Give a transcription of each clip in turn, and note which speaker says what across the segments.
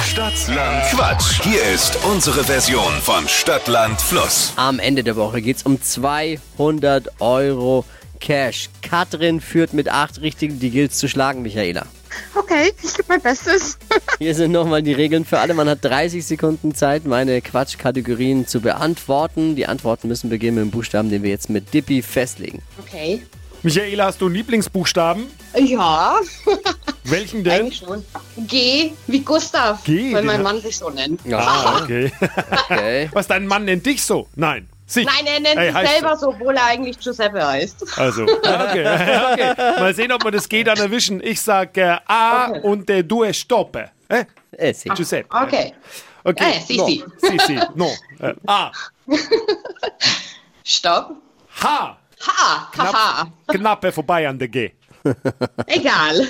Speaker 1: Stadtland Quatsch. Hier ist unsere Version von Stadtland Fluss.
Speaker 2: Am Ende der Woche geht es um 200 Euro Cash. Katrin führt mit acht Richtigen, die gilt zu schlagen, Michaela.
Speaker 3: Okay, ich gebe mein Bestes.
Speaker 2: Hier sind nochmal die Regeln für alle. Man hat 30 Sekunden Zeit, meine Quatschkategorien zu beantworten. Die Antworten müssen beginnen mit dem Buchstaben, den wir jetzt mit Dippy festlegen.
Speaker 3: Okay.
Speaker 4: Michaela, hast du einen Lieblingsbuchstaben?
Speaker 3: Ja,
Speaker 4: Welchen denn?
Speaker 3: eigentlich schon. G wie Gustav,
Speaker 4: G,
Speaker 3: weil mein
Speaker 4: den-
Speaker 3: Mann sich so nennt.
Speaker 2: Ja,
Speaker 4: Ah, Okay.
Speaker 2: okay.
Speaker 4: Was dein Mann nennt dich so? Nein. Sie.
Speaker 3: Nein, er nennt
Speaker 4: Ey,
Speaker 3: sich
Speaker 4: heißt
Speaker 3: selber so, obwohl er eigentlich Giuseppe heißt.
Speaker 4: so. Also, okay. okay. Mal sehen, ob wir das G dann erwischen. Ich sage äh, A
Speaker 3: Okay.
Speaker 4: und äh, du es stoppe. Äh?
Speaker 2: Äh, sie-
Speaker 4: Giuseppe.
Speaker 3: Okay.
Speaker 4: Okay.
Speaker 3: Ah, ja, si,
Speaker 4: no.
Speaker 3: si.
Speaker 4: Si, si. No. Äh, A.
Speaker 3: Stopp.
Speaker 4: H.
Speaker 3: Ha, haha.
Speaker 4: Knappe vorbei an der G.
Speaker 3: Egal.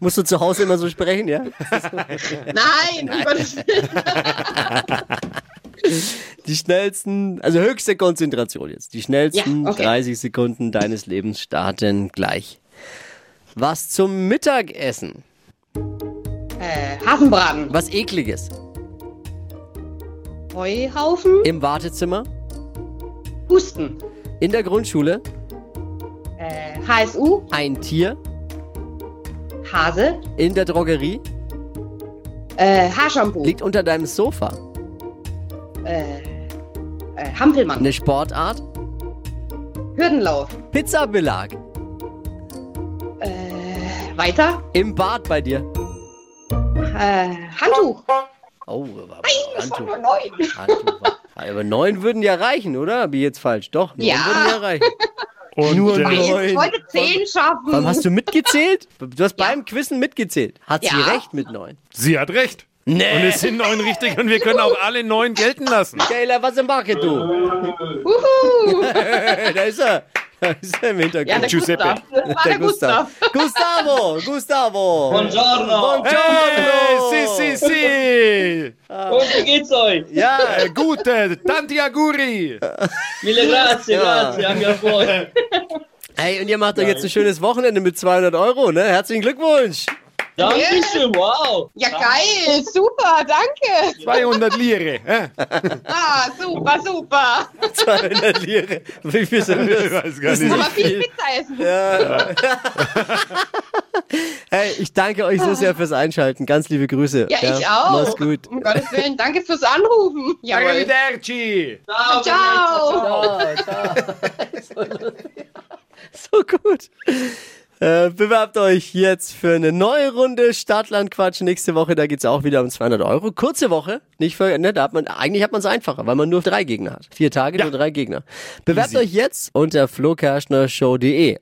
Speaker 2: Musst du zu Hause immer so sprechen, ja?
Speaker 3: Nein, um Gottes Willen.
Speaker 2: Die schnellsten, also höchste Konzentration jetzt. Die schnellsten
Speaker 3: Ja, okay.
Speaker 2: 30 Sekunden deines Lebens starten gleich. Was zum Mittagessen?
Speaker 3: äh, Hafenbraten.
Speaker 2: Was ekliges?
Speaker 3: Heuhaufen.
Speaker 2: Im Wartezimmer?
Speaker 3: Husten.
Speaker 2: In der Grundschule?
Speaker 3: Äh, HSU.
Speaker 2: Ein Tier?
Speaker 3: Hase.
Speaker 2: In der Drogerie?
Speaker 3: Äh, Haarshampoo.
Speaker 2: Liegt unter deinem Sofa?
Speaker 3: Äh, äh, Hampelmann.
Speaker 2: Eine Sportart?
Speaker 3: Hürdenlauf.
Speaker 2: Pizzabelag?
Speaker 3: Äh, weiter.
Speaker 2: Im Bad bei dir?
Speaker 3: Äh, Handtuch.
Speaker 2: Oh, war
Speaker 3: Das war nur
Speaker 2: Handtuch.
Speaker 3: neun.
Speaker 2: Handtuch war- Ah, Aber neun würden ja reichen, oder? Hab ich jetzt falsch? Doch, neun
Speaker 3: Ja.
Speaker 2: würden ja reichen.
Speaker 4: Und,
Speaker 2: Nur
Speaker 4: äh,
Speaker 2: Neun.
Speaker 3: Ich wollte zehn schaffen.
Speaker 2: Warum hast du mitgezählt? Du hast beim Quizzen mitgezählt. Hat sie
Speaker 3: Ja.
Speaker 2: recht mit neun?
Speaker 4: sie hat recht.
Speaker 2: Nee.
Speaker 4: Und es sind neun richtig und wir können auch alle neun gelten lassen.
Speaker 2: Taylor, was im Market, du?
Speaker 3: Uhu.
Speaker 2: Hey, da ist er. Da ist er im
Speaker 3: Ja,
Speaker 2: Hintergrund.
Speaker 3: der
Speaker 4: Giuseppe.
Speaker 3: Gustav. Das war der Gustav.
Speaker 2: Gustavo, Gustavo.
Speaker 5: Buongiorno.
Speaker 4: Hey, si, si, si.
Speaker 5: Und wie geht's euch?
Speaker 2: Ja,
Speaker 4: Äh, Gute. Tanti auguri.
Speaker 5: Mille grazie,
Speaker 2: Ja.
Speaker 5: grazie, haben wir Erfolg.
Speaker 2: hey, und ihr macht doch jetzt ein schönes Wochenende mit 200 Euro, ne? Herzlichen Glückwunsch.
Speaker 5: Dankeschön, wow.
Speaker 3: Ja, geil. Super, danke.
Speaker 4: 200 Lire. Äh?
Speaker 3: Ah, super, super.
Speaker 2: 200 Lire. Wie viel sind
Speaker 4: Ich
Speaker 2: das?
Speaker 4: weiß gar
Speaker 3: Aber
Speaker 4: nicht.
Speaker 3: viel Pizza essen.
Speaker 2: Hey, ich danke euch so sehr fürs Einschalten. Ganz liebe Grüße.
Speaker 3: Ja, ich auch.
Speaker 2: Mach's gut.
Speaker 3: Um Gottes Willen, danke fürs Anrufen. Jawohl.
Speaker 4: Arrivederci.
Speaker 5: Ciao.
Speaker 3: Ciao.
Speaker 2: So gut. Äh, bewerbt euch jetzt für eine neue Runde Stadtlandquatsch nächste Woche. Da geht's auch wieder um 200 Euro. Kurze Woche, nicht ver- ne, da hat man Eigentlich hat man es einfacher, weil man nur drei Gegner hat. Vier Tage, nur drei Gegner. Bewerbt euch jetzt unter flokerschnershow.de.